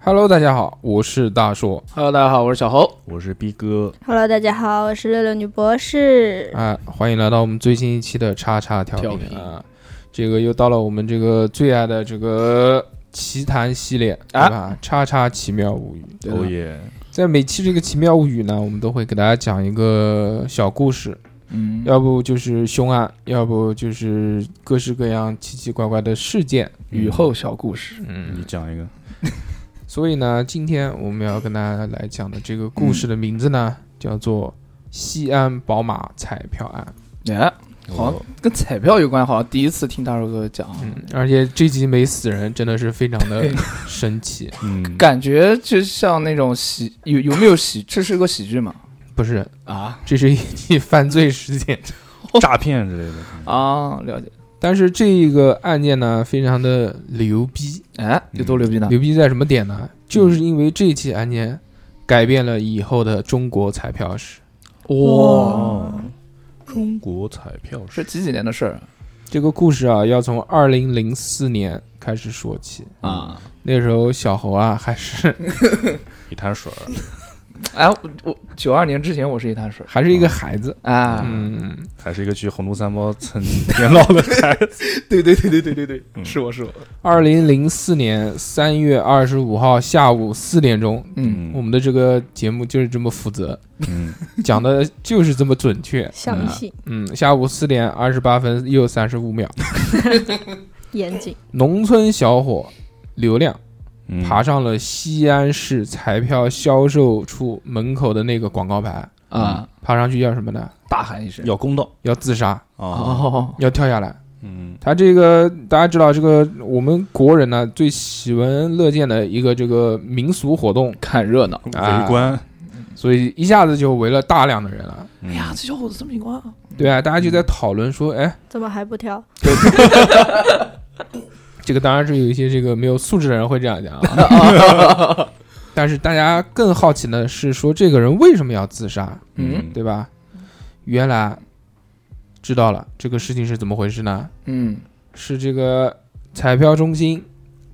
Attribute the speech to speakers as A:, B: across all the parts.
A: Hello，大家好，我是大硕。
B: Hello，大家好，我是小侯。
C: 我是逼哥，
D: Hello，大家好，我是六六女博士。
A: 哎，欢迎来到我们最新一期的叉叉调
B: 调
A: 频
B: 频
A: 啊！这个又到了我们这个最爱的这个奇谈系列，对
B: 啊
A: 吧？叉叉奇妙物语。对吧
C: 哦耶，
A: 在每期这个奇妙物语呢，我们都会给大家讲一个小故事，
C: 嗯
A: 要不就是凶案，要不就是各式各样奇奇怪怪的事件。
B: 雨后小故事，
A: 嗯
C: 你，讲一个，
A: 所以呢，今天我们要跟大家来讲的这个故事的名字呢，叫做《西安宝马彩票案》。
B: 哎，好像跟彩票有关，好像第一次听大叔哥讲，
A: 嗯，而且这集没死人，真的是非常的
B: 对
A: 神奇。
C: 嗯，
B: 感觉就像那种喜有有没有喜，这是个喜剧嘛？
A: 不是，
B: 啊
A: 这是一起犯罪事件，
C: 诈骗之类的，
B: 啊，了解。
A: 但是这个案件呢，非常的牛逼。
B: 哎，有多牛逼呢？
A: 牛逼在什么点
B: 嗯
A: 呢？就是因为这起案件改变了以后的中国彩票史。
B: 哇，
C: 哦，中国彩票
B: 是
C: 是
B: 几几年的事儿
A: 这个故事啊，要从二零零四年开始说起。
B: 啊？
A: 那时候小侯啊，还是
C: 一滩水儿，
B: 哎，我我九二年之前我是一滩水
A: 还是一个孩子。
B: 啊，
A: 嗯，
C: 还是一个去红都三包蹭年老的孩子，
B: 对对对对对对对，
C: 嗯
B: 是我是我，
A: 二零零四年三月二十五号下午四点钟，
B: 嗯，
A: 我们的这个节目就是这么负责。
C: 嗯
A: 讲的就是这么准确。
D: 相信
A: 嗯，下午四点二十八分又三十五秒，
D: 严谨，
A: 农村小伙刘亮
C: 嗯，
A: 爬上了西安市彩票销售处门口的那个广告牌，
B: 啊，
A: 爬上去要什么呢？
B: 大喊一声，
C: 要公道
A: 要自杀，
C: 啊，
B: 哦，
A: 要跳下来。
C: 嗯
A: 他这个大家知道，这个我们国人呢最喜闻乐见的一个这个民俗活动，
B: 看热闹。
A: 啊
C: 围观，
A: 所以一下子就围了大量的人了。
C: 哎
B: 哎呀，，这小伙子这么灵光，
A: 对啊，大家就在讨论说，哎，
D: 怎么还不跳？
A: 这个当然是有一些这个没有素质的人会这样讲啊， 但是大家更好奇的是说这个人为什么要自杀，
B: 嗯
A: 对吧？原来知道了这个事情是怎么回事呢？
B: 嗯，
A: 是这个彩票中心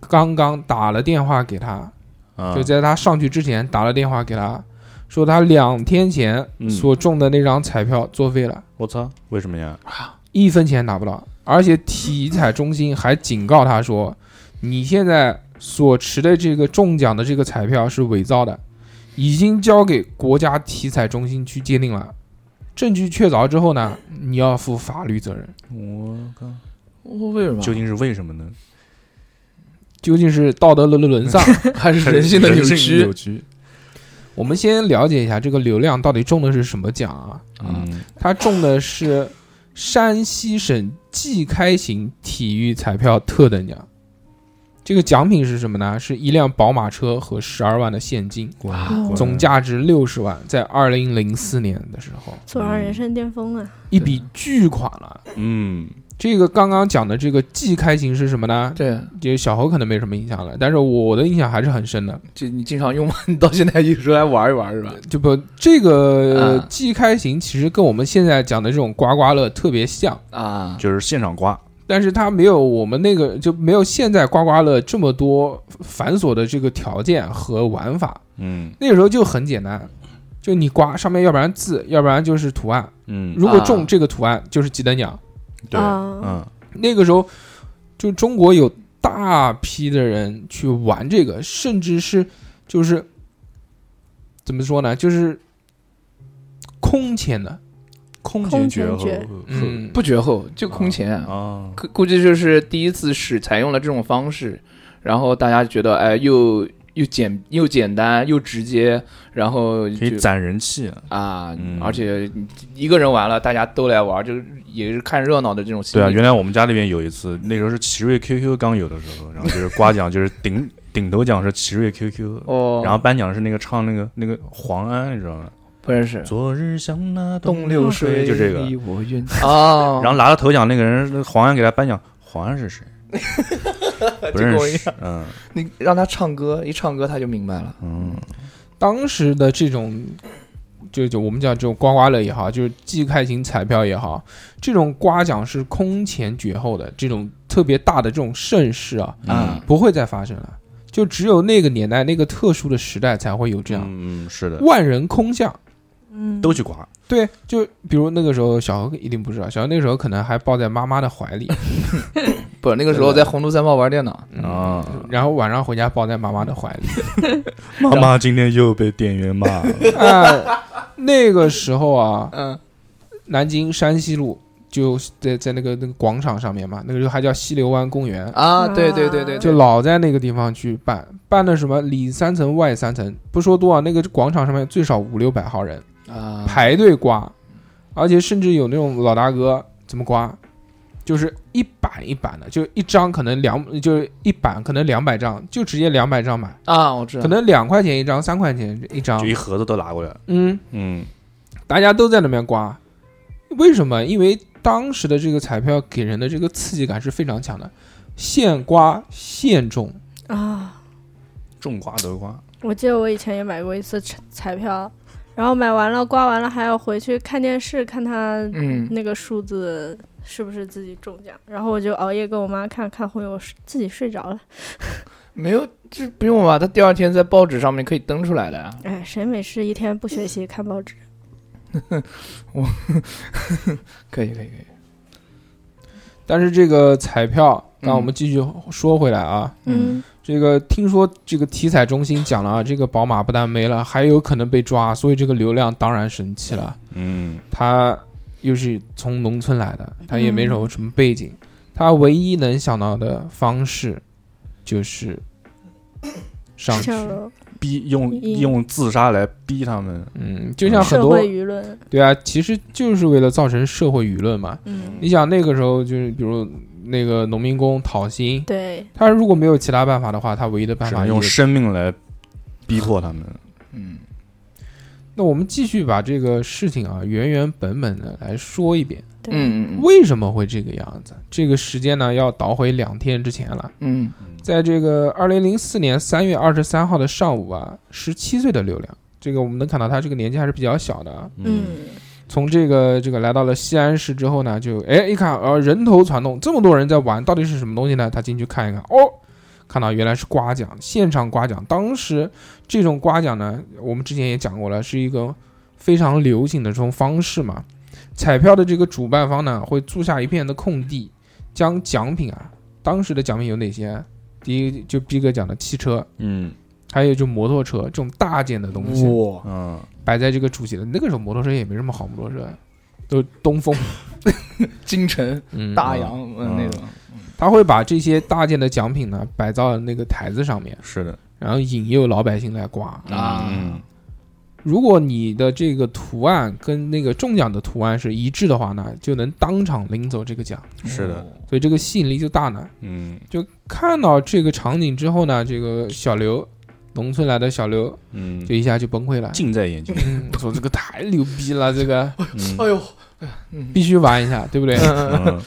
A: 刚刚打了电话给他，
C: 啊
A: 就在他上去之前打了电话给他，说他两天前
C: 嗯
A: 所中的那张彩票作废了，
C: 我操，为什么呀？
B: 啊
A: 一分钱拿不到，而且体彩中心还警告他说，你现在所持的这个中奖的这个彩票是伪造的，已经交给国家体彩中心去鉴定了。证据确凿之后呢，你要负法律责任。
C: 我靠，
B: 我为什么？
C: 究竟是为什么呢？
A: 究竟是道德沦沦丧？
B: 还是 人性的扭
C: 人性
B: 曲
C: 扭曲，
A: 我们先了解一下这个流量到底中的是什么奖啊？
B: 啊？
C: 嗯
A: 他中的是山西省季开型体育彩票特等奖。这个奖品是什么呢？是一辆宝马车和十二万的现金，
C: 哇
B: 啊
D: 哦
A: 总价值六十万。在二零零四年的时候，
D: 走上人生巅峰啊！
A: 一笔巨款了。
C: 嗯
A: 这个刚刚讲的这个季开型是什么呢？
B: 对，
A: 这小侯可能没什么印象了，但是我的印象还是很深的。
B: 就你经常用吗？你到现在一直来玩一玩是吧？
A: 就不，这个
B: 嗯
A: 季开型其实跟我们现在讲的这种刮刮乐特别像。
B: 啊，
C: 就是现场刮，
A: 但是它没有我们那个就没有现在刮刮乐这么多繁琐的这个条件和玩法。
C: 嗯
A: 那个时候就很简单，就你刮上面要不然字，要不然就是图案。
C: 嗯，
A: 如果
B: 啊
A: 中这个图案，就是几等奖。
C: 对，
D: 啊，
C: 嗯
A: 那个时候就中国有大批的人去玩这个，甚至是就是怎么说呢，就是空前的，
C: 空
D: 空
C: 前
D: 前
C: 绝后
D: 绝，
A: 嗯，
B: 不绝后就空前，
C: 啊，
B: 估估计就是第一次使采用了这种方式，然后大家觉得哎，又又简又简单又直接，然后
C: 可以
B: 就
C: 攒人气，
B: 啊
C: 嗯，
B: 而且一个人玩了，大家都来玩，就是也是看热闹的这种心
C: 对啊，
B: 理。
C: 原来我们家里边有一次，那时候是奇瑞 QQ 刚有的时候，然后就是刮奖，就是顶顶头奖是奇瑞 QQ，
B: 哦，
C: 然后颁奖是那个唱那个那个黄安，你知道吗？
B: 不认识
C: 昨日像那
B: 东
C: 东
B: 流
C: 流
B: 水
C: 水，就这个。
B: 离我 远啊，
C: 然后拿到头奖那个人，那个黄安给他颁奖，黄安是 谁？不认
B: 我一
C: 识。嗯
B: 你让他唱歌，一唱歌他就明白了。
C: 嗯，
A: 当时的这种，就就我们讲这种刮刮乐也好，就是即开型彩票也好，这种刮奖是空前绝后的，这种特别大的这种盛世啊，
B: 啊
C: 嗯
A: 不会再发生了。就只有那个年代那个特殊的时代才会有这样、
C: 嗯，嗯是的，
A: 万人空巷。
D: 嗯，
C: 都去刮，
A: 对，就比如那个时候，小何一定不知道，小何那时候可能还抱在妈妈的怀里，
B: 不，那个时候在洪都三炮玩电脑，
C: 啊！
A: 然后晚上回家抱在妈妈的怀里。
C: 妈妈今天又被店员骂了，
A: 哎， 那个时候啊，
B: 嗯，
A: 南京山西路就在在那个那个广场上面嘛，那个时候还叫西流湾公园，
B: 啊，对对对对，
A: 就老在那个地方去办，办的什么里三层外三层，不说多啊，那个广场上面最少五六百号人
B: 啊，
A: 排队刮，而且甚至有那种老大哥怎么刮，就是一板一板的，就一张可能两就是一板可能两百张，就直接两百张买，
B: 啊，我知道，
A: 可能两块钱一张，三块钱一张
C: 就，一盒子都拿过来，
A: 嗯，
C: 嗯，
A: 大家都在那边刮，为什么？因为当时的这个彩票给人的这个刺激感是非常强的，现刮现中，
D: 啊！
C: 种瓜得瓜，
D: 我记得我以前也买过一次彩彩票，然后买完了刮完了还要回去看电视，看它
B: 嗯
D: 那个数字是不是自己中奖，然后我就熬夜跟我妈看看，后面我睡自己睡着了。
B: 没有，这不用吧？他第二天在报纸上面可以登出来的啊。
D: 哎，谁没事一天不学习看报纸？
B: 可以可以可以，
A: 但是这个彩票，
B: 嗯
A: 那我们继续说回来啊，
B: 嗯
A: 这个听说这个体彩中心讲了啊，这个宝马不但没了，还有可能被抓，所以这个流量当然生气了。
C: 嗯，
A: 他又是从农村来的，他也没有什么背景，他唯一能想到的方式就是上去。
D: 就
C: 逼用
D: 一
C: 用自杀来逼他们，
A: 嗯，就像很
D: 社
A: 多
D: 会舆论，
A: 对啊，其实就是为了造成社会舆论嘛。
D: 嗯，
A: 你想那个时候就是，比如那个农民工讨薪，
D: 对，
A: 他如果没有其他办法的话，他唯一的办
C: 只
A: 法
C: 能
A: 也
C: 用生命来逼迫他们，
B: 嗯
A: 那我们继续把这个事情啊原原本本的来说一遍，
D: 对
B: 嗯嗯
A: 为什么会这个样子？这个时间呢要倒回两天之前了，
B: 嗯
A: 在这个二零零四年三月二十三号的上午啊，十七岁的刘亮，这个我们能看到他这个年纪还是比较小的啊。
D: 嗯，
A: 从这个这个来到了西安市之后呢，就哎一看，呃，人头攒动，这么多人在玩，到底是什么东西呢？他进去看一看，哦，看到原来是刮奖，现场刮奖。当时这种刮奖呢，我们之前也讲过了，是一个非常流行的这种方式嘛。彩票的这个主办方呢，会租下一片的空地，将奖品啊，当时的奖品有哪些？第一就逼哥讲的汽车，
C: 嗯
A: 还有就摩托车这种大件的东西。
E: 哇，
C: 嗯，
A: 摆在这个主席的。那个时候摩托车也没什么好摩托车，都是东风。
B: 嗯，京城
A: 嗯
B: 大
C: 嗯
B: 洋嗯
C: 嗯
B: 那种，
A: 他会把这些大件的奖品呢摆到那个台子上面，
C: 是的，
A: 然后引诱老百姓来刮。
B: 啊
C: 嗯，
A: 如果你的这个图案跟那个中奖的图案是一致的话呢，就能当场领走这个奖，
C: 是的，
B: 哦，
A: 所以这个吸引力就大呢。
C: 嗯
A: 就看到这个场景之后呢，这个小刘，农村来的小刘，
C: 嗯，
A: 就一下就崩溃了。
C: 近在眼前，
A: 嗯，说这个太牛逼了，这个
C: 嗯
B: 哎呦，嗯
A: 必须玩一下，对不 对？
C: 嗯，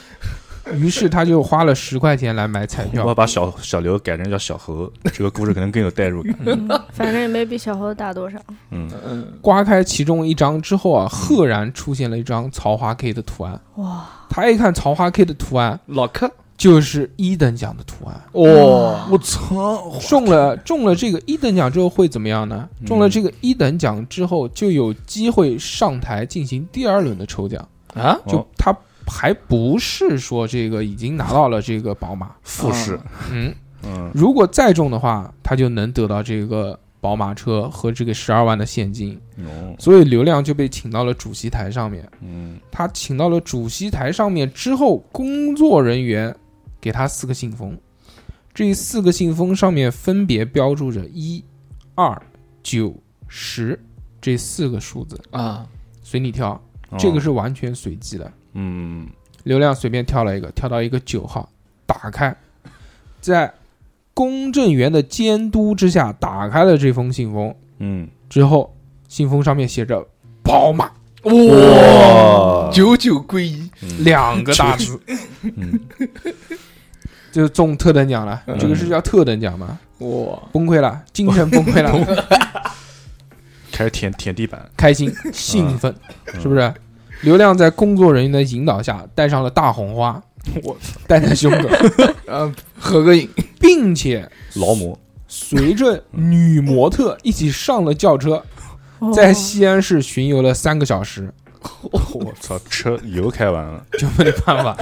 A: 于是他就花了十块钱来买彩票
C: 我。要把小小刘改成叫小何，这个故事可能更有代入感，
D: 嗯 反正也没比小猴大多少。
C: 嗯，
B: 嗯
A: 刮开其中一张之后啊，赫然出现了一张桃花 K 的图案。
D: 哇，
A: 他一看桃花 K 的图案，
B: 老客
A: 就是一等奖的图案。
B: 哇，
C: 我操，
A: 中了中了这个一等奖之后会怎么样呢？
C: 嗯
A: 中了这个一等奖之后，就有机会上台进行第二轮的抽奖。
B: 啊，
A: 就
C: 哦
A: 他还不是说这个已经拿到了这个宝马，
C: 复试，
A: 嗯，
C: 嗯
A: 如果再中的话，他就能得到这个宝马车和这个十二万的现金。
C: 哦
A: 所以刘亮就被请到了主席台上面。
C: 嗯
A: 他请到了主席台上面之后，工作人员给他四个信封，这四个信封上面分别标注着一、二、九、十这四个数字，
B: 啊，
A: 随你挑，
C: 哦
A: 这个是完全随机的。
C: 嗯
A: 刘亮随便挑了一个，挑到一个九号，打开，在公证员的监督之下打开了这封信封
C: 嗯，
A: 之后，信封上面写着“宝马
B: 哇，九九归一，”
A: 两个大字。
C: 嗯
A: 就中特等奖了，
B: 嗯
A: 这个是叫特等奖吗？
B: 哇，
A: 崩溃了，精神崩溃了，
C: 开始舔舔地板，
A: 开心、兴奋，
C: 嗯
A: 是不是？刘亮在工作人员的引导下，戴上了大红花，
B: 我
A: 戴在胸口，
B: 啊，合个影，
A: 并且
C: 劳模，
A: 随着女模特一起上了轿车，
D: 哦
A: 在西安市巡游了三个小时，
C: 我操，车油开完了，
A: 就没办法。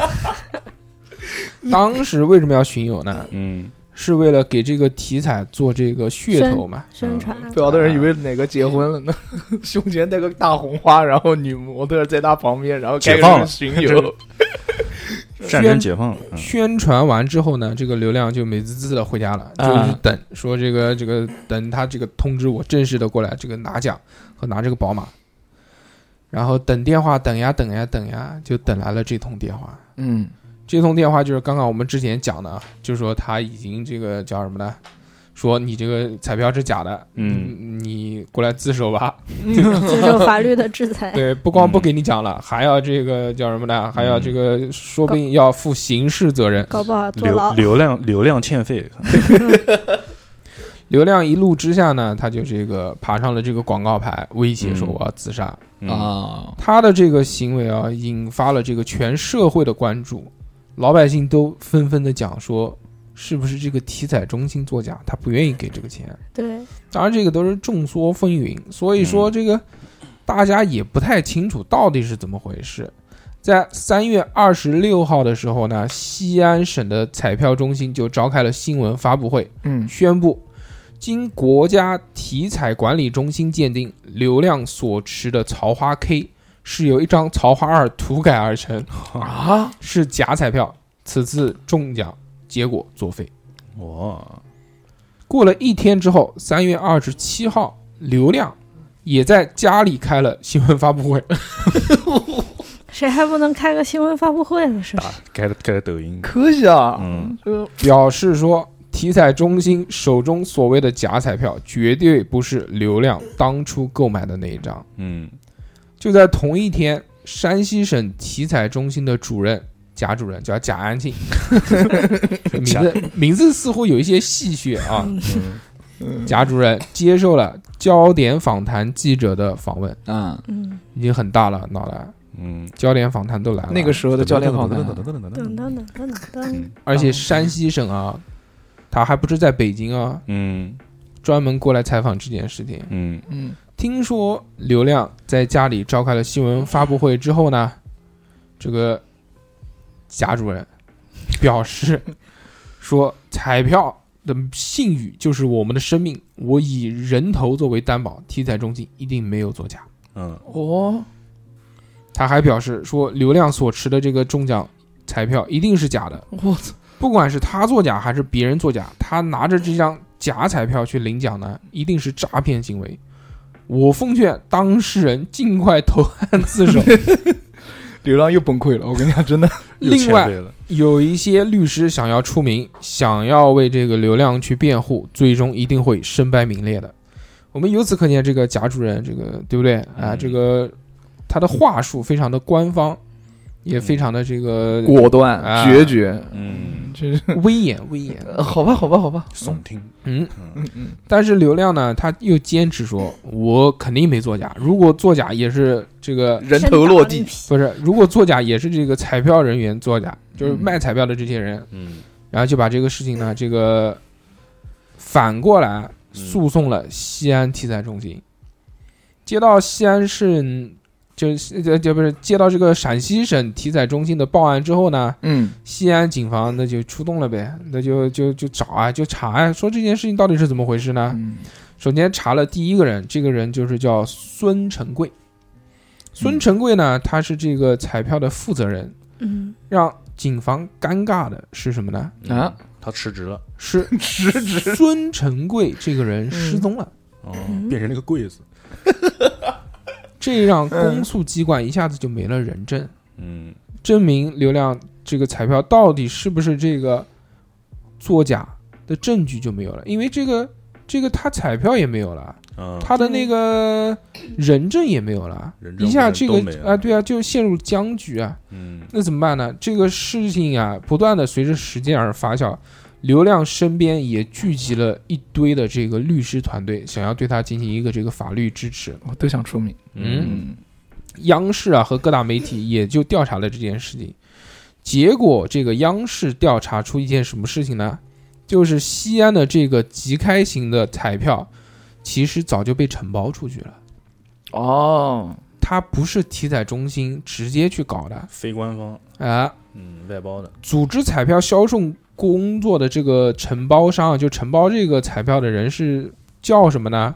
A: 当时为什么要巡游呢？
C: 嗯，
A: 是为了给这个题材做这个噱头嘛？
D: 宣传
B: 不要的人以为哪个结婚了呢，胸前戴个大红花，然后女模特在他旁边，然后开
C: 解放
B: 始
C: 了
B: 巡游。
C: 战争解放了，嗯
A: 宣传完之后呢，这个流量就美滋滋的回家了，就
B: 啊
A: 是等说这个这个等他这个通知我正式的过来，这个拿奖和拿这个宝马，然后等电话等呀等呀等呀，就等来了这通电话。
B: 嗯，
A: 这通电话就是刚刚我们之前讲的，啊，就是说他已经这个叫什么呢？说你这个彩票是假的，
C: 嗯
A: 你，你过来自首 吧。
D: 接受法律的制裁。
A: 对，不
C: 嗯
A: 光不给你讲了，还要这个叫什么呢？还要这个，说不定要负刑事责任。
D: 搞不好坐
C: 流
D: 牢。
C: 流量流量欠费，
A: 流量一路之下呢，他就这个爬上了这个广告牌，威胁说
C: 嗯
A: 我要自杀。
C: 嗯，
B: 啊，
A: 他的这个行为啊，引发了这个全社会的关注，老百姓都纷纷的讲说，是不是这个体彩中心作假？他不愿意给这个钱。
D: 对，
A: 当然，这个都是众说纷纭，所以说这个大家也不太清楚到底是怎么回事。在三月二十六号的时候呢，西安省的彩票中心就召开了新闻发布会，
B: 嗯
A: 宣布经国家体彩管理中心鉴定，流量所持的曹花 K 是由一张曹花二涂改而成，
B: 啊，
A: 是假彩票，此次中奖结果作废。
C: 哇，
A: 过了一天之后，三月二十七号，流量也在家里开了新闻发布会，
D: 谁还不能开个新闻发布会呢？是不
C: 打
D: 是？
C: 开了开了抖音，
B: 可以啊，
C: 嗯，
B: 这
A: 表示说体彩中心手中所谓的假彩票绝对不是流量当初购买的那一张。
C: 嗯，
A: 就在同一天，山西省体彩中心的主任。贾主任叫贾 安庆，名字名字似乎有一些戏谑
C: 嗯
A: 啊。
B: 嗯
A: 贾主任接受了《焦点访谈》记者的访问，
B: 啊，
D: 嗯，
A: 已经很大了脑袋，
C: 嗯，
A: 焦点访谈都来了。
B: 那个时候的教练啊访谈，
D: 噔噔噔噔噔
C: 嗯
A: 而且山西省啊，他还不是在北京啊，
C: 嗯
A: 专门过来采访这件事情。
C: 嗯
B: 嗯，
A: 听说刘亮在家里召开了新闻发布会之后呢，这个贾主任表示说，彩票的信誉就是我们的生命，我以人头作为担保，体彩中心一定没有作假。
C: 嗯，
B: 哦，
A: 他还表示说，刘亮所持的这个中奖彩票一定是假的，
B: 我操，
A: 不管是他作假还是别人作假，他拿着这张假彩票去领奖呢，一定是诈骗行为。我奉劝当事人尽快投案自 首。
B: 流浪又崩溃了，我跟你讲，真的，
C: 又欠
A: 另外
C: 费，了，
A: 有一些律师想要出名，想要为这个流量去辩护，最终一定会身败名裂的。我们由此可见，这个贾主任，这个对不对啊？
C: 嗯
A: 这个他的话术非常的官方，也非常的这个
B: 果断
A: 啊
B: 决绝，
C: 嗯，
B: 这是
A: 威严威 严。
B: 呃好吧，好吧，好吧，
C: 耸听，
A: 嗯，
B: 嗯嗯，
A: 但是流量呢，他又坚持说，我肯定没作假。如果作假也是这个，
B: 人头落地，，
A: 不是，如果作假也是这个彩票人员作假，就是卖彩票的这些人，
C: 嗯
A: 然后就把这个事情呢，这个反过来诉讼了西安体彩中心。接到西安市，就是就就不是接到这个陕西省体彩中心的报案之后呢，
B: 嗯
A: 西安警方那就出动了呗，那就就就找啊，就查啊，说这件事情到底是怎么回事呢？
B: 嗯
A: 首先查了第一个人，这个人就是叫孙成贵。孙成贵呢，他是这个彩票的负责人。
D: 嗯，
A: 让警方尴尬的是什么呢？
B: 啊，
C: 嗯他辞职了，
A: 是
B: 辞职
A: 孙成贵这个人失踪了，
C: 哦
D: 嗯，
C: 变成了个柜子，
A: 这让公诉机关一下子就没了人证，
C: 嗯
A: 证明流量这个彩票到底是不是这个作假的证据就没有了，因为这个这个他彩票也没有了。
C: 啊，
A: 他的那个人证也没有了，
C: 人证
A: 一下
C: 物
A: 这
C: 证
A: 个
C: 都没了
A: 啊，对啊，就陷入僵局啊。
C: 嗯
A: 那怎么办呢？这个事情啊，不断的随着时间而发酵，流量身边也聚集了一堆的这个律师团队，想要对他进行一个这个法律支持。
B: 我都想出名，
A: 嗯，央视啊和各大媒体也就调查了这件事情，结果这个央视调查出一件什么事情呢？就是西安的这个即开型的彩票，其实早就被承包出去了，
B: 哦，
A: 它不是体彩中心直接去搞的
C: 非官方，
A: 啊。
C: 嗯，外包的，
A: 组织彩票销售工作的这个承包商啊，就承包这个彩票的人是叫什么呢？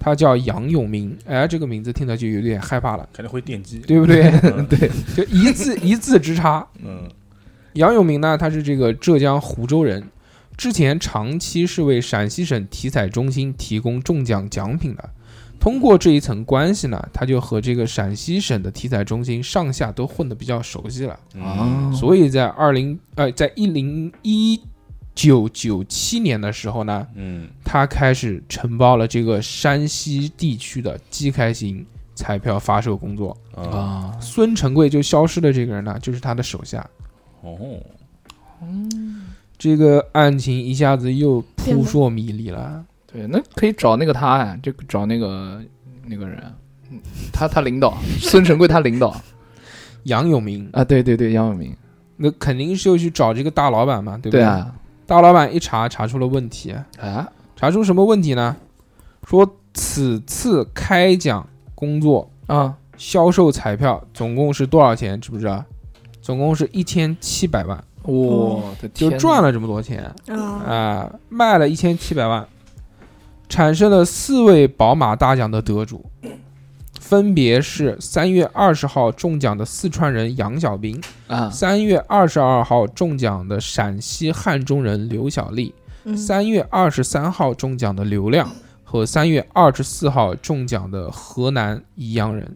A: 他叫杨永明，哎，这个名字听着就有点害怕了，
C: 肯定会电击，
A: 对不对？
C: 嗯
A: 对，就一字一字之差。
C: 嗯，
A: 杨永明呢，他是这个浙江湖州人，之前长期是为陕西省体彩中心提供中奖奖品的。通过这一层关系呢，他就和这个陕西省的体彩中心上下都混得比较熟悉
C: 嗯
A: 了。
B: 哦，
A: 所以在二零呃，在一零一九九七年的时候呢，
C: 嗯，
A: 他开始承包了这个山西地区的机开型彩票发售工作。
C: 啊，
B: 啊，
A: 孙成贵就消失的这个人呢，就是他的手下。
C: 哦，
A: 这个案情一下子又扑朔迷离了。
B: 对，那可以找那个他呀，就找那个那个人，嗯他他领导孙成贵他领导
A: 杨永明，
B: 啊，对对对，杨永明，
A: 那肯定是又去找这个大老板嘛，对不
B: 对啊
A: 大老板一查，查出了问题，
B: 啊，
A: 查出什么问题呢？说此次开奖工作
B: 啊，
A: 销售彩票总共是多少钱？知不知道？总共是一千七百万，
B: 我的
A: 就
B: 天，
A: 赚，了这么多钱
D: 啊，
A: 啊、卖了一千七百万，产生了四位宝马大奖的得主，分别是三月二十号中奖的四川人杨小兵。
B: 啊，
A: 三月二十二号中奖的陕西汉中人刘小丽，
D: 嗯
A: 三月二十三号中奖的刘亮和三月二十四号中奖的河南宜阳人，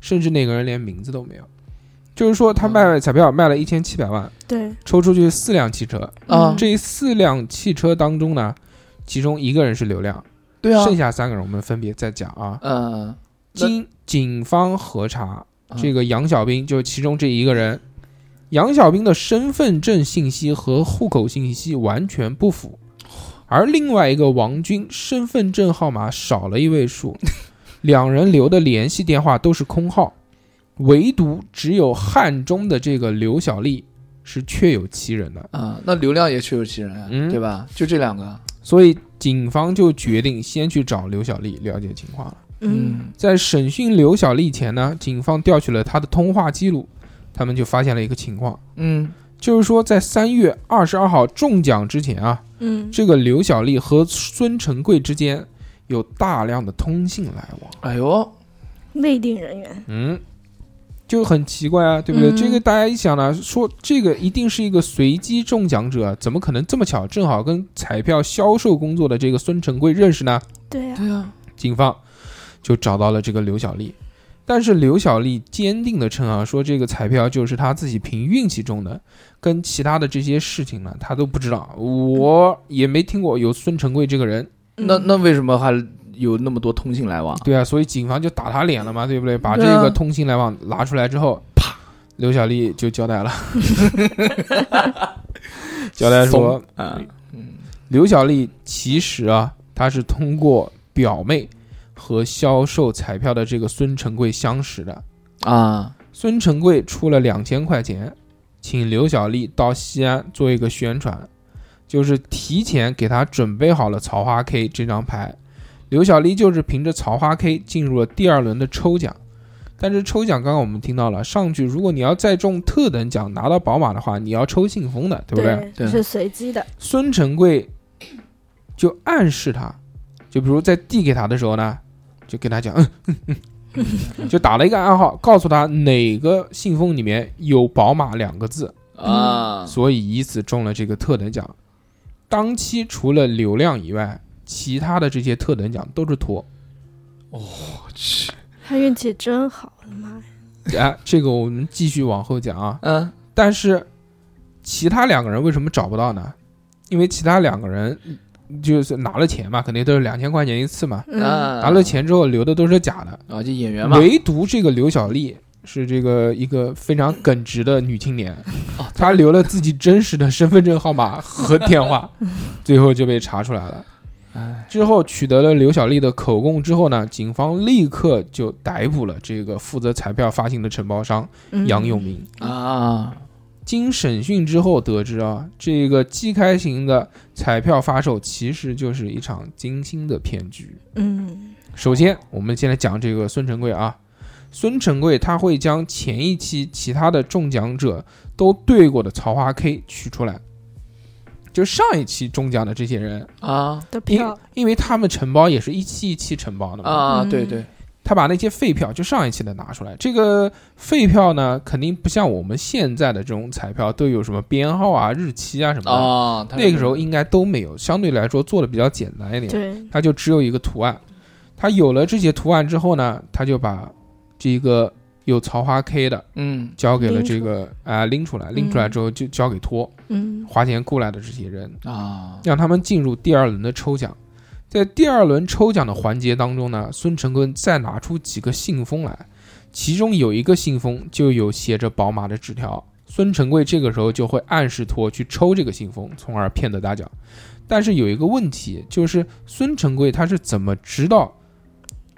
A: 甚至那个人连名字都没有。就是说，他卖彩票卖了一千七百万，
D: 对
A: 抽出去四辆汽车，
B: 啊
D: 嗯
A: 这四辆汽车当中呢，其中一个人是刘亮，
B: 对啊，
A: 剩下三个人我们分别再讲啊。
B: 嗯，那
A: 经警方核查，
B: 啊
A: 这个杨小兵就是其中这一个人。杨小兵的身份证信息和户口信息完全不符，
B: 哦
A: 而另外一个王军身份证号码少了一位 数，两人留的联系电话都是空号，唯独只有汉中的这个刘小丽是确有其人的，
B: 啊，那流量也确有其人啊，
A: 嗯
B: 对吧？就这两个，
A: 所以警方就决定先去找刘小丽了解情况了。
D: 嗯，
A: 在审讯刘小丽前呢，警方调取了她的通话记录，他们就发现了一个情况，
B: 嗯，
A: 就是说在三月二十二号中奖之前啊，
D: 嗯
A: 这个刘小丽和孙成贵之间有大量的通信来往，
B: 哎呦，
D: 内定人员，
A: 嗯，就很奇怪啊，对不对？
D: 嗯
A: 这个大家一想呢，说这个一定是一个随机中奖者，怎么可能这么巧，正好跟彩票销售工作的这个孙成贵认识呢？
D: 对呀，
B: 对啊，
A: 警方就找到了这个刘小丽，但是刘小丽坚定的称啊，说这个彩票就是她自己凭运气中的，跟其他的这些事情呢，她都不知道，我也没听过有孙成贵这个人，
B: 那
D: 嗯
B: 那为什么还有那么多通信来往？
A: 对啊，所以警方就打他脸了嘛，对不对？把这
B: 对啊
A: 个通信来往拿出来之后，啪，刘小丽就交代了，交代说，
B: 啊，
A: 刘小丽其实啊，她是通过表妹和销售彩票的这个孙成贵相识的。
B: 啊，
A: 孙成贵出了两千块钱，请刘小丽到西安做一个宣传，就是提前给她准备好了草花 K 这张牌。刘小丽就是凭着草花 K 进入了第二轮的抽奖，但是抽奖刚刚我们听到了，上去如果你要再中特等奖拿到宝马的话，你要抽信封的，对不对？
B: 对
D: 是随机的，
A: 孙成贵就暗示他，就比如在递给他的时候呢，就跟他讲，嗯嗯嗯，就打了一个暗号，告诉他哪个信封里面有“宝马”两个字，
B: 啊，
A: 所以以此中了这个特等奖。当期除了流量以外，其他的这些特等奖都是托。
D: 他运气真好，我的妈呀！
A: 哎，这个我们继续往后讲啊。
B: 嗯，
A: 但是其他两个人为什么找不到呢？因为其他两个人就是拿了钱嘛，肯定都是两千块钱一次嘛。
B: 啊
D: 嗯
A: 拿了钱之后留的都是假的，
B: 啊，就演员嘛，
A: 唯独这个刘小丽是这个一个非常耿直的女青年，
B: 哦
A: 她留了自己真实的身份证号码和电话，最后就被查出来了。
B: 哎，
A: 之后取得了刘小丽的口供之后呢，警方立刻就逮捕了这个负责彩票发行的承包商
D: 嗯
A: 杨永明。
B: 啊，
A: 经审讯之后得知啊，这个季开型的彩票发售其实就是一场精心的骗局。
D: 嗯
A: 首先，我们先来讲这个孙成贵啊，孙成贵他会将前一期其他的中奖者都对过的桃花 K 取出来，就上一期中奖的这些人，
B: 啊
D: 的
A: 因
D: 票，
A: 因为他们承包也是一期一期承包的嘛，
B: 啊，
D: 嗯
B: 对对，
A: 他把那些废票就上一期的拿出来。这个废票呢，肯定不像我们现在的这种彩票都有什么编号啊、日期啊什么的，
B: 啊，他
A: 那个时候应该都没有，相对来说做的比较简单一点。
D: 对，
A: 它就只有一个图案。它有了这些图案之后呢，他就把这个有桃花 K 的
B: 嗯
A: 交给了这个啊、拎出来，拎出来之后就交给托、
D: 嗯
A: 花钱雇来的这些人，
B: 啊
A: 让他们进入第二轮的抽奖。在第二轮抽奖的环节当中呢，孙成坤再拿出几个信封来，其中有一个信封就有写着宝马的纸条。孙成贵这个时候就会暗示托去抽这个信封，从而骗得大奖。但是有一个问题，就是孙成贵他是怎么知道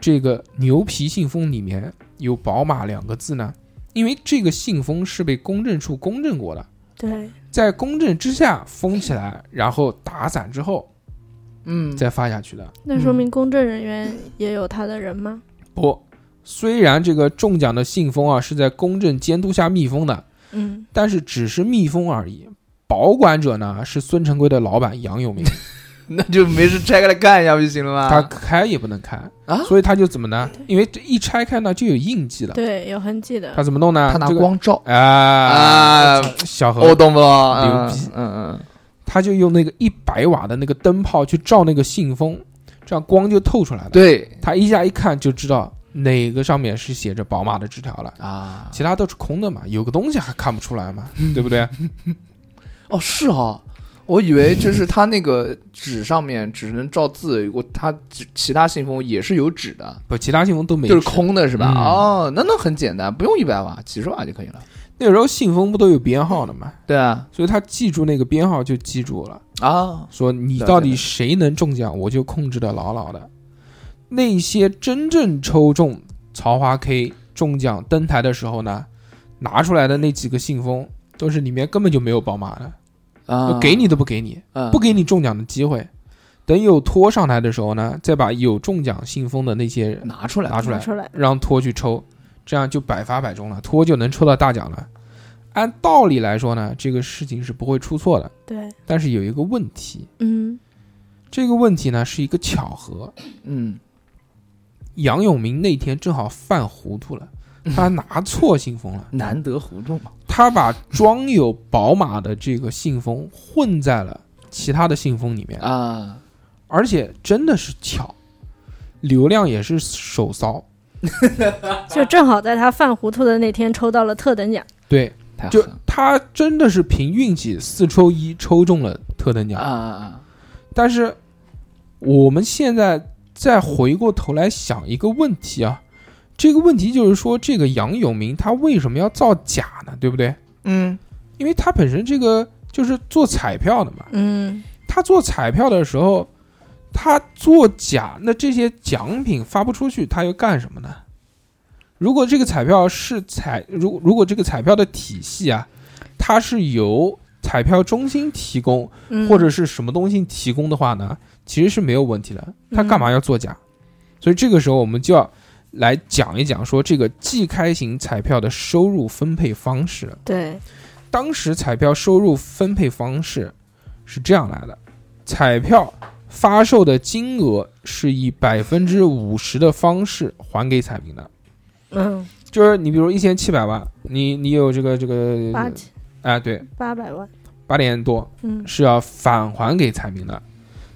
A: 这个牛皮信封里面有“宝马”两个字呢？因为这个信封是被公证处公证过的，
D: 对，
A: 在公证之下封起来，然后打散之后
B: 嗯，
A: 再发下去的。
D: 那说
A: 嗯
D: 明公证人员也有他的人吗？
A: 不，虽然这个中奖的信封啊是在公证监督下密封的，
D: 嗯，
A: 但是只是密封而已。保管者呢是孙成贵的老板杨永明，
B: 那就没事拆开来看一下不就行了吗？
A: 他开也不能开
B: 啊
A: 所以他就怎么呢？因为这一拆开呢就有印记了，
D: 对，有痕迹的
A: 他。怎么弄呢？
B: 他拿
A: 这个
B: 光照
A: 啊，
B: 啊，
A: 小
B: 我
A: 何，
B: 懂不？嗯
A: 牛逼
B: 嗯嗯，
A: 他就用那个一百瓦的那个灯泡去照那个信封，这样光就透出来了。
B: 对
A: 他一下一看就知道哪个上面是写着宝马的纸条了，
B: 啊，
A: 其他都是空的嘛，有个东西还看不出来嘛，
B: 嗯
A: 对不对？
B: 哦是哈。我以为就是他那个纸上面只能照字，我他其其他信封也是有纸的，
A: 不，其他信封都没
B: 就是
A: 纸。
B: 空的是吧？
A: 嗯
B: 哦，那那很简单，不用一百瓦，几十瓦就可以了。
A: 那时候信封不都有编号的嘛，
B: 对啊，
A: 所以他记住那个编号就记住了，
B: 啊，
A: 说你
B: 对
A: 到
B: 对
A: 底
B: 对
A: 谁能中奖，我就控制的牢牢的。那些真正抽中桃花 K 中奖登台的时候呢，拿出来的那几个信封都是里面根本就没有宝马的，
B: 啊
A: 就给你都不给你。
B: 嗯
A: 不给你中奖的机会。等有托上台的时候呢，再把有中奖信封的那些人
B: 拿出来
A: 拿出
D: 拿
A: 来，
D: 出来，
A: 让托去抽，这样就百发百中了，托就能抽到大奖了。按道理来说呢，这个事情是不会出错的，
D: 对，
A: 但是有一个问题，
D: 嗯
A: 这个问题呢是一个巧合，
B: 嗯，
A: 杨永明那天正好犯糊涂了，他拿错信封了，
B: 难得糊涂嘛。
A: 他把装有宝马的这个信封混在了其他的信封里面，
B: 啊，
A: 而且真的是巧，流量也是手骚。
D: 就正好在他犯糊涂的那天抽到了特等奖。
A: 对，
B: 太狠
A: 就
B: 了
A: 他真的是凭运气四抽一抽中了特等
B: 啊
A: 奖，
B: 啊啊！
A: 但是我们现在再回过头来想一个问题啊，这个问题就是说，这个杨永明他为什么要造假呢？对不对？
B: 嗯，
A: 因为他本身这个就是做彩票的嘛，
D: 嗯，
A: 他做彩票的时候，他作假，那这些奖品发不出去，他又干什么呢？如果这个彩票是彩，如如果这个彩票的体系啊，它是由彩票中心提供
D: 嗯
A: 或者是什么东西提供的话呢，其实是没有问题的。他干嘛要作假？所以这个时候我们就要来讲一讲说这个季开型彩票的收入分配方式。
D: 对，
A: 当时彩票收入分配方式是这样来的：彩票发售的金额是以百分之五十的方式还给彩民的，
D: 嗯，
A: 就是你比如一千七百万，你你有这个这个
D: 八千
A: 啊对
D: 八百万，
A: 八点多
D: 嗯
A: 是要返还给彩民的，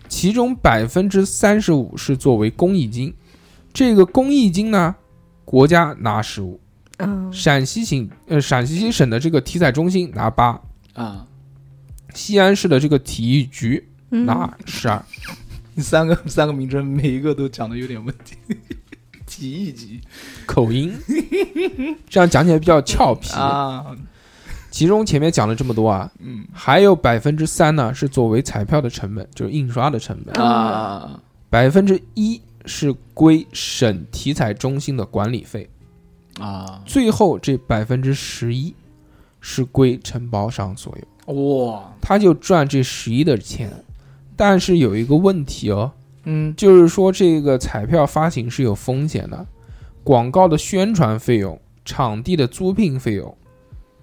A: 其中百分之三十五是作为公益金，这个公益金呢，国家拿十五，
D: 嗯
A: 陕西省呃陕西省的这个体彩中心拿八，
B: 啊，
A: 西安市的这个体育局
D: 嗯
A: 拿十二，
B: 你 三个三个名称每一个都讲的有点问题，提一提
A: 口音，这样讲起来比较俏皮。
B: 啊，
A: 其中前面讲了这么多啊，
B: 嗯
A: 还有百分之三呢是作为彩票的成本，就是印刷的成本，
B: 啊
A: 百分之一是归省体彩中心的管理费，
B: 啊
A: 最后这百分之十一是归承包商所有，
B: 哇，
A: 他就赚这十一的钱。但是有一个问题哦，
B: 嗯，
A: 就是说这个彩票发行是有风险的，广告的宣传费用、场地的租赁费用、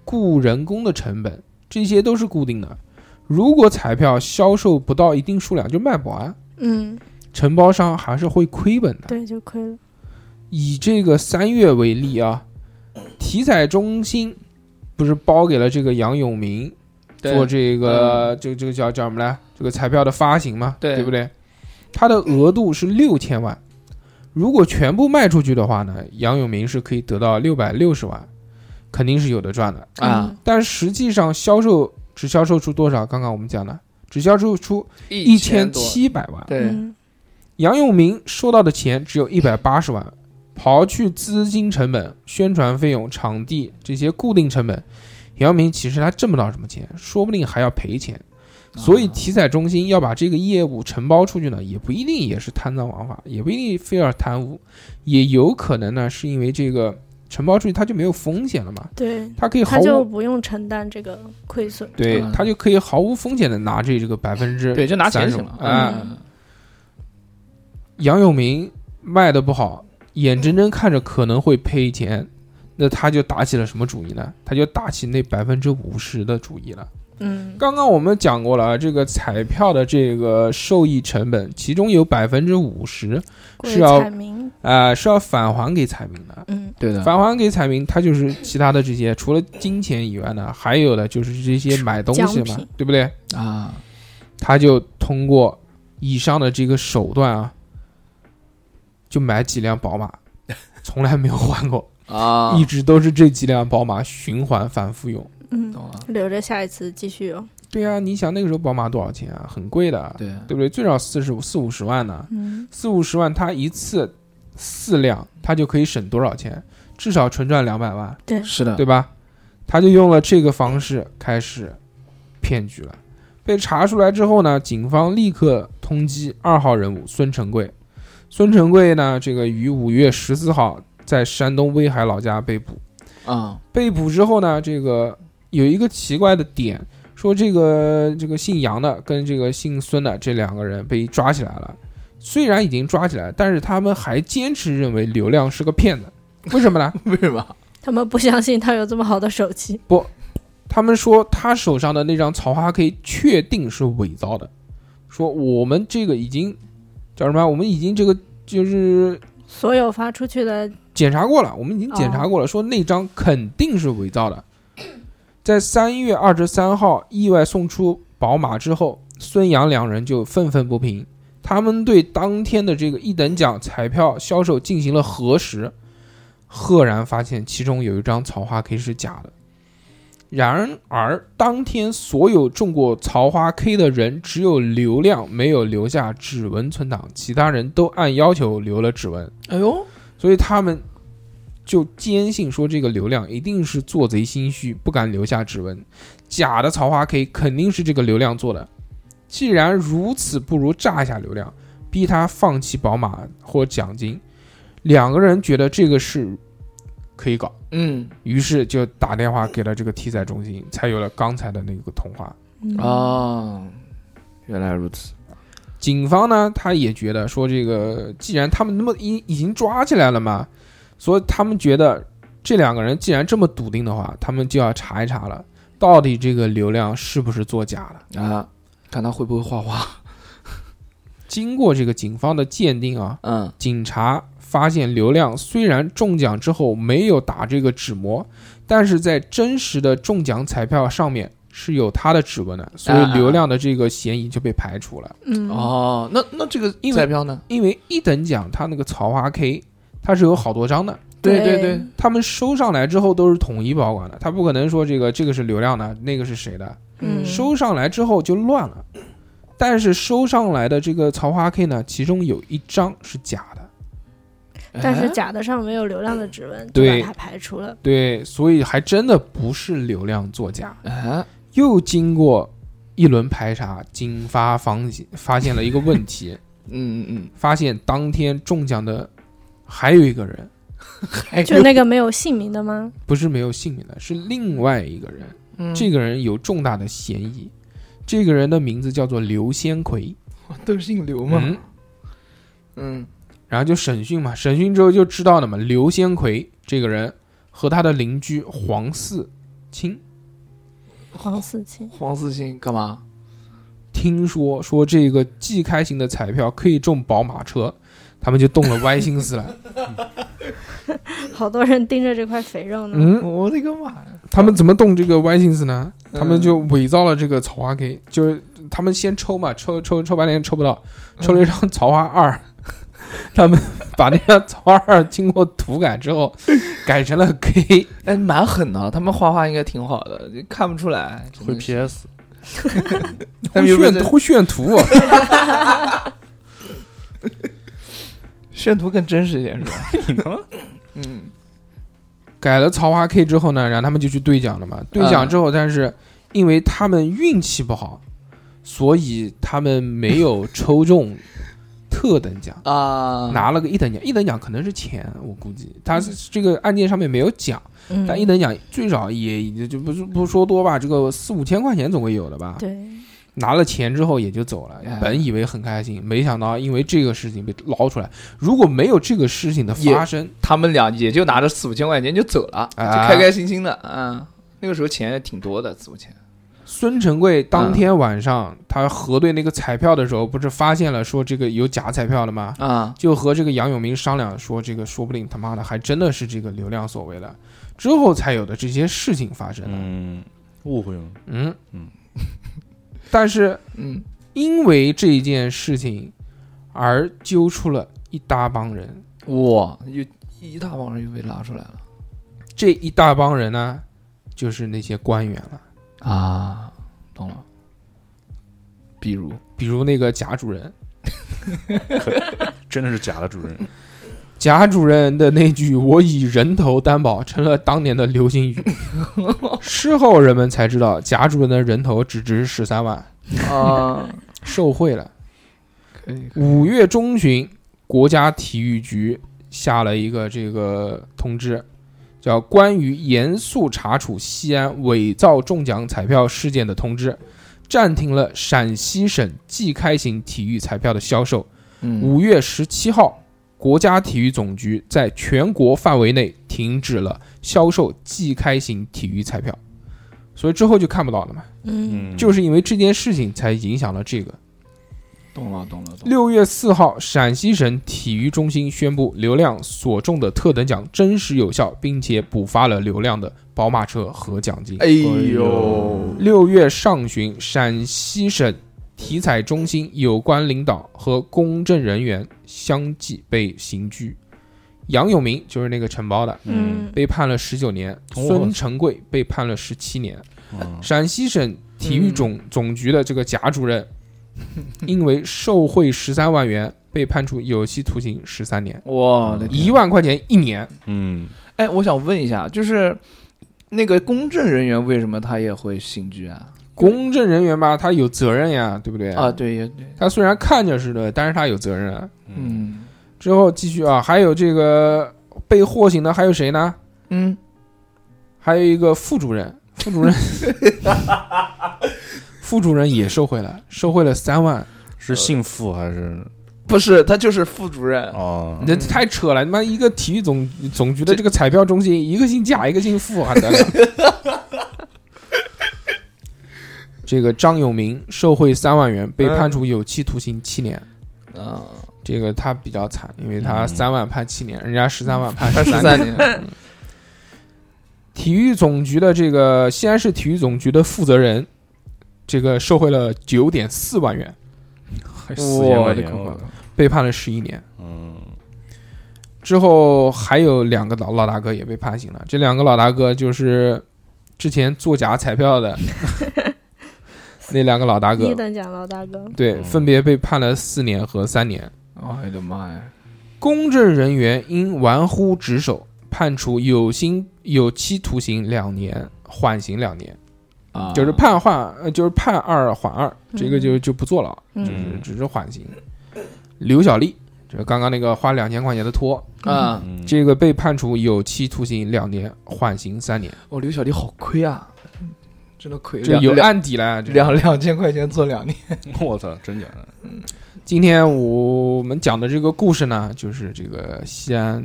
A: 雇人工的成本，这些都是固定的。如果彩票销售不到一定数量就卖不完，
D: 嗯，
A: 承包商还是会亏本的。
D: 对，就亏了。
A: 以这个三月为例啊，体彩中心不是包给了这个杨永明
B: 对嗯
A: 做这个这个这个叫叫什么来？这个彩票的发行嘛，
B: 对
A: 对不对？它的额度是六千万，如果全部卖出去的话呢，杨永明是可以得到六百六十万，肯定是有的赚的。
D: 嗯
B: 啊，
A: 但实际上销售只销售出多少？刚刚我们讲的，只销售出一
B: 一
A: 千
B: 多，
A: 七百万。
B: 对，
D: 嗯
A: 杨永明收到的钱只有一百八十万，刨去资金成本、宣传费用、场地这些固定成本，杨永明其实他挣不到什么钱，说不定还要赔钱。所以体彩中心要把这个业务承包出去呢，也不一定也是贪赃枉法，也不一定非要贪污，也有可能呢是因为这个承包出去它就没有风险了嘛，
D: 对，
A: 它可以毫
D: 他就
A: 无
D: 不用承担这个亏损。
A: 对
B: 嗯，
A: 它就可以毫无风险的拿这这个百分之
B: 对，就拿钱就行了
A: 啊。
B: 嗯
A: 杨永明卖的不好，眼睁睁看着可能会赔钱，那他就打起了什么主意呢？他就打起那百分之五十的主意了。
D: 嗯
A: 刚刚我们讲过了啊，这个彩票的这个受益成本，其中有百分之五十
D: 归
A: 是要
D: 彩民。
A: 啊是要返还给彩民的。
D: 嗯，
B: 对的，
A: 返还给彩民，他就是其他的这些，除了金钱以外呢，还有的就是这些买东西
D: 奖
A: 嘛
D: 品，
A: 对不对？
B: 啊，
A: 他就通过以上的这个手段啊，就买几辆宝 马，从来没有换过，
B: 啊，
A: 一直都是这几辆宝马循环反复用。
D: 嗯，
B: 懂了，
D: 留着下一次继续哦用。
A: 对啊，你想那个时候宝马多少钱啊？很贵的，
B: 嗯对，
A: 对不对？最少四十四五十万呢、
D: 嗯，
A: 四五十万他一次四辆，他就可以省多少钱？至少纯赚两百万，
B: 是的，
A: 对吧？他就用了这个方式开始骗局了。被查出来之后呢，警方立刻通缉二号人物孙成贵。孙成贵呢，这个于五月十四号在山东威海老家被捕。
B: 啊，
A: 被捕之后呢，这个有一个奇怪的点，说这个这个姓杨的跟这个姓孙的这两个人被抓起来了。虽然已经抓起来，但是他们还坚持认为刘亮是个骗子。为什么呢？
B: 为什么？
D: 他们不相信他有这么好的手机。
A: 他们说他手上的那张草花可以确定是伪造的，说我们这个已经叫什么？啊我们已经这个就是
D: 所有发出去的，
A: 检查过了，我们已经检查过了，说那张肯定是伪造的。 在三月二十三号意外送出宝马之后，孙杨两人就愤愤不平，他们对当天的这个一等奖彩票销售进行了核实，赫然发现其中有一张草花 K 是假的。然而，当天所有中过草花 K 的人，只有刘亮没有留下指纹存档，其他人都按要求留了指纹。
B: 哎呦，
A: 所以他们就坚信说这个流量一定是做贼心虚，不敢留下指纹。假的草花 K 肯定是这个流量做的。既然如此，不如炸一下流量，逼他放弃宝马或奖金。两个人觉得这个事可以搞，
B: 嗯
A: 于是就打电话给了这个体彩中心，才有了刚才的那个通话。
D: 嗯、
A: 哦
B: 啊，原来如此，
A: 警方呢，他也觉得说这个，既然他们那么已已经抓起来了嘛，所以他们觉得这两个人既然这么笃定的话，他们就要查一查了，到底这个流量是不是作假的。
B: 啊，看他会不会画画。
A: 经过这个警方的鉴定啊，
B: 嗯，
A: 警察发现流量虽然中奖之后没有打这个指模，但是在真实的中奖彩票上面是有他的指纹的，所以
B: 啊啊
A: 流量的这个嫌疑就被排除了。
D: 嗯，
B: 哦，那那这个
A: 因为
B: 彩票呢？
A: 因为一等奖它那个草花 K，它是有好多张的，
B: 对
D: 对
B: 对，
A: 他们收上来之后都是统一保管的，他不可能说这个这个是流量的，那个是谁的，
D: 嗯，
A: 收上来之后就乱了。但是收上来的这个草花 K 呢，其中有一张是假的，
D: 但是
B: 哎
D: 假的上没有流量的指纹，就
A: 对
D: 把它排除了。
A: 对，所以还真的不是流量作假。
B: 哎，
A: 又经过一轮排查，警方发发现了一个问题，
B: 嗯嗯
A: 发现当天中奖的还有一个人，
B: 还
D: 就那个没有姓名的吗？
A: 不是没有姓名的，是另外一个人。
B: 嗯
A: 这个人有重大的嫌疑，这个人的名字叫做刘先奎。
B: 都姓刘嘛，
A: 嗯，
B: 嗯
A: 然后就审讯嘛，审讯之后就知道了嘛，刘先奎这个人和他的邻居黄四清
D: 黄四清，
B: 黄四星干嘛？
A: 听说说这个季开型的彩票可以中宝马车，他们就动了歪心思了。
D: 好多人盯着这块肥肉呢。
A: 嗯，
B: 我的个妈呀！
A: 他们怎么动这个歪心思呢？他们
B: 嗯
A: 就伪造了这个草花 K，就是他们先抽嘛，抽抽抽半天抽不到，抽了一张草花二， 他们把那张草花二经过涂改之后，改成了 K，
B: 哎，蛮狠的，他们画画应该挺好的，就看不出来。真
C: 会
B: 的是
C: PS，
B: 他们有没有
A: 炫
B: 在
A: 会炫图、啊
B: 炫图更真实一点是 吧？嗯，
A: 改了草花 K 之后呢，然后他们就去兑奖了嘛。兑奖之后，但是因为他们运气不好，所以他们没有抽中特等奖。
B: 啊，
A: 拿了个一等奖，一等奖可能是钱，我估计他是这个案件上面没有讲，
D: 嗯，
A: 但一等奖最少也也就不是不说多吧，这个四五千块钱总会有的吧。
D: 对，嗯
A: 拿了钱之后也就走了
B: 哎，
A: 本以为很开心，没想到因为这个事情被捞出来。如果没有这个事情的发生，
B: 他们俩也就拿着四五千块钱就走了，就
A: 啊
B: 开开心心的啊。那个时候钱也挺多的，四五千。
A: 孙成贵
C: 嗯
A: 当天晚上他核对那个彩票的时候，不是发现了说这个有假彩票的吗？
B: 啊，
A: 就和这个杨永明商量说，这个说不定他妈的还真的是这个流量所为了，之后才有的这些事情发生的。
C: 嗯，误会了，
A: 嗯
C: 嗯，
A: 但是
B: 嗯，
A: 因为这一件事情而揪出了一大帮人，
B: 哇，又一大帮人又被拉出来了
A: 这一大帮人呢，就是那些官员了，
B: 啊，懂了。比如，
A: 比如那个贾主任，
C: 真的是假的主人，
A: 贾主任的那句“我以人头担保”成了当年的流行语。事后人们才知道，贾主任的人头只值十三万，
B: 啊，
A: 受贿了。
B: 可以，
A: 五月中旬，国家体育局下了一个这个通知，叫《关于严肃查处西安伪造中奖彩票事件的通知》，暂停了陕西省即开型体育彩票的销售。
B: 嗯，
A: 五月十七号，国家体育总局在全国范围内停止了销售即开型体育彩票，所以之后就看不到了嘛。
D: 嗯，
C: 嗯，
A: 就是因为这件事情才影响了这个。
B: 懂了，懂了，懂了。
A: 六月四号，陕西省体育中心宣布，流量所中的特等奖真实有效，并且补发了流量的宝马车和奖金。
B: 哎呦
C: 呦，
A: 六月上旬，陕西省体彩中心有关领导和公证人员相继被刑拘，杨永明就是那个承包的。
D: 嗯，
A: 被判了十九年，
C: 哦
A: 孙成贵被判了十七年。
C: 嗯
A: 陕西省体育总总局的这个贾主任，因为受贿十三万元，被判处有期徒刑十三年，
B: 我的
A: 一万块钱一年。
C: 嗯，
B: 哎，我想问一下，就是那个公证人员为什么他也会刑拘啊？
A: 公证人员吧，他有责任呀，对不对？
B: 啊，，对也对，
A: 他虽然看着是的，但是他有责任啊。
B: 嗯
A: 之后继续啊，还有这个被获刑的还有谁呢？
B: 嗯，
A: 还有一个副主任，副主任，副主任也受贿了，受贿了三万。
C: 是姓傅还是
B: 不是，他就是副主任，
C: 哦
A: 你？这太扯了！你妈一个体育总总局的这个彩票中心，一个姓贾，一个姓傅，还得了？这个张永明受贿三万元，
B: 嗯
A: 被判处有期徒刑七年。
B: 啊，
A: 这个他比较惨，因为他
C: 嗯
A: 三万判七年，人家十三万判
B: 他十
A: 13
B: 三
A: 年。
B: 年，
A: 体育总局的这个西安市体育总局的负责人，这个受贿了九点四万元，
C: 还四千块钱，
A: 我
C: 我
A: 的
C: 操
A: 被判了十一年。
C: 嗯，
A: 之后还有两个老老大哥也被判刑了，这两个老大哥就是之前作假彩票的那两个老大
D: 一
A: 哥，
D: 等奖老大哥，
A: 对，分别被判了四年和三年。
B: 哎的妈呀，
A: 公证人员因玩忽职守，判处有薪有期徒刑两年，缓刑两年，
B: 啊，
A: 就是判缓，呃就是判二缓二，这个就就不坐牢，
D: 嗯
A: 就是只是缓刑。刘小丽这刚刚那个花两千块钱的托，
B: 啊！
C: 嗯，
A: 这个被判处有期徒刑两年，缓刑三年，
B: 哦，刘小弟好亏啊，真的亏，
A: 这
B: 两
A: 有
B: 两
A: 案底了。这
B: 两两千块钱做两年，
C: 我操，真假的？
A: 今天我们讲的这个故事呢，就是这个西安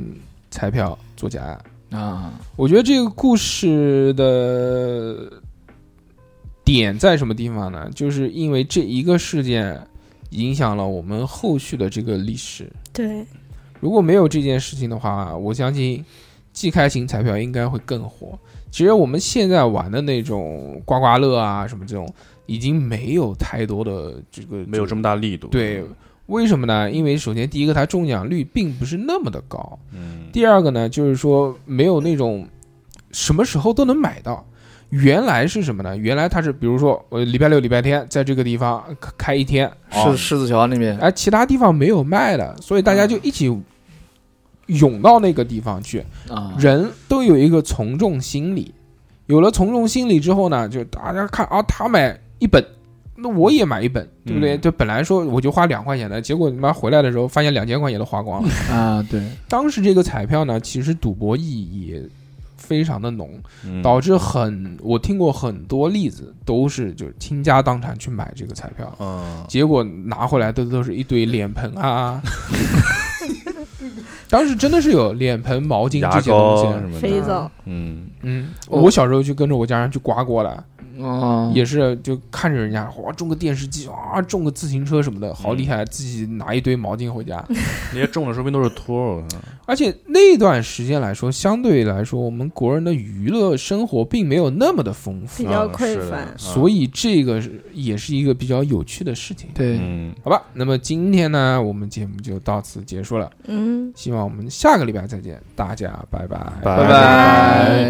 A: 彩票作假案。
B: 啊，
A: 我觉得这个故事的点在什么地方呢？就是因为这一个事件影响了我们后续的这个历史。
D: 对，
A: 如果没有这件事情的话，我相信季开型彩票应该会更火。其实我们现在玩的那种刮刮乐啊，什么这种，已经没有太多的这个
C: 没有这么大力度。
A: 对，为什么呢？因为首先第一个，它中奖率并不是那么的高；
C: 嗯，
A: 第二个呢，就是说没有那种什么时候都能买到。原来是什么呢？原来它是比如说我礼拜六、礼拜天在这个地方开开一天，
C: 哦
B: 狮狮子桥那边
A: 哎，其他地方没有卖的，所以大
C: 嗯
A: 家就一起涌到那个地方去。
C: 嗯
B: 啊，
A: 人都有一个从众心理，有了从众心理之后呢，就大家看啊，他买一本，那我也买一本，对不对？
C: 嗯
A: 就本来说我就花两块钱的，结果你妈回来的时候发现两千块钱都花 光了。
B: 啊，对，
A: 当时这个彩票呢，其实赌博意义也非常的浓，
C: 嗯
A: 导致很我听过很多例子，都是就是倾家荡产去买这个彩票，
C: 嗯
A: 结果拿回来的都是一堆脸盆啊。当时真的是有脸盆、毛巾这
C: 牙
A: 些东西啊
C: 膏，什么
D: 肥
C: 的，
D: 皂，
C: 嗯，
A: 嗯，
B: 哦
A: 我小时候就跟着我家人去刮过了，
B: 哦，
A: 也是就看着人家哇种个电视机啊，种个自行车什么的，好
C: 嗯
A: 厉害，自己拿一堆毛巾回家。
C: 那些中的说不定都是托儿，我操
A: 而且那段时间来说，相对来说，我们国人的娱乐生活并没有那么的丰富
D: 比，较
C: 嗯
D: 匮
C: 是的
D: 乏
C: 嗯
A: 所以这个是也是一个比较有趣的事情。
B: 对，
C: 嗯，
A: 好吧，那么今天呢，我们节目就到此结束了，
D: 嗯。
A: 希望我们下个礼拜再见，大家拜拜，
C: 拜
B: 拜拜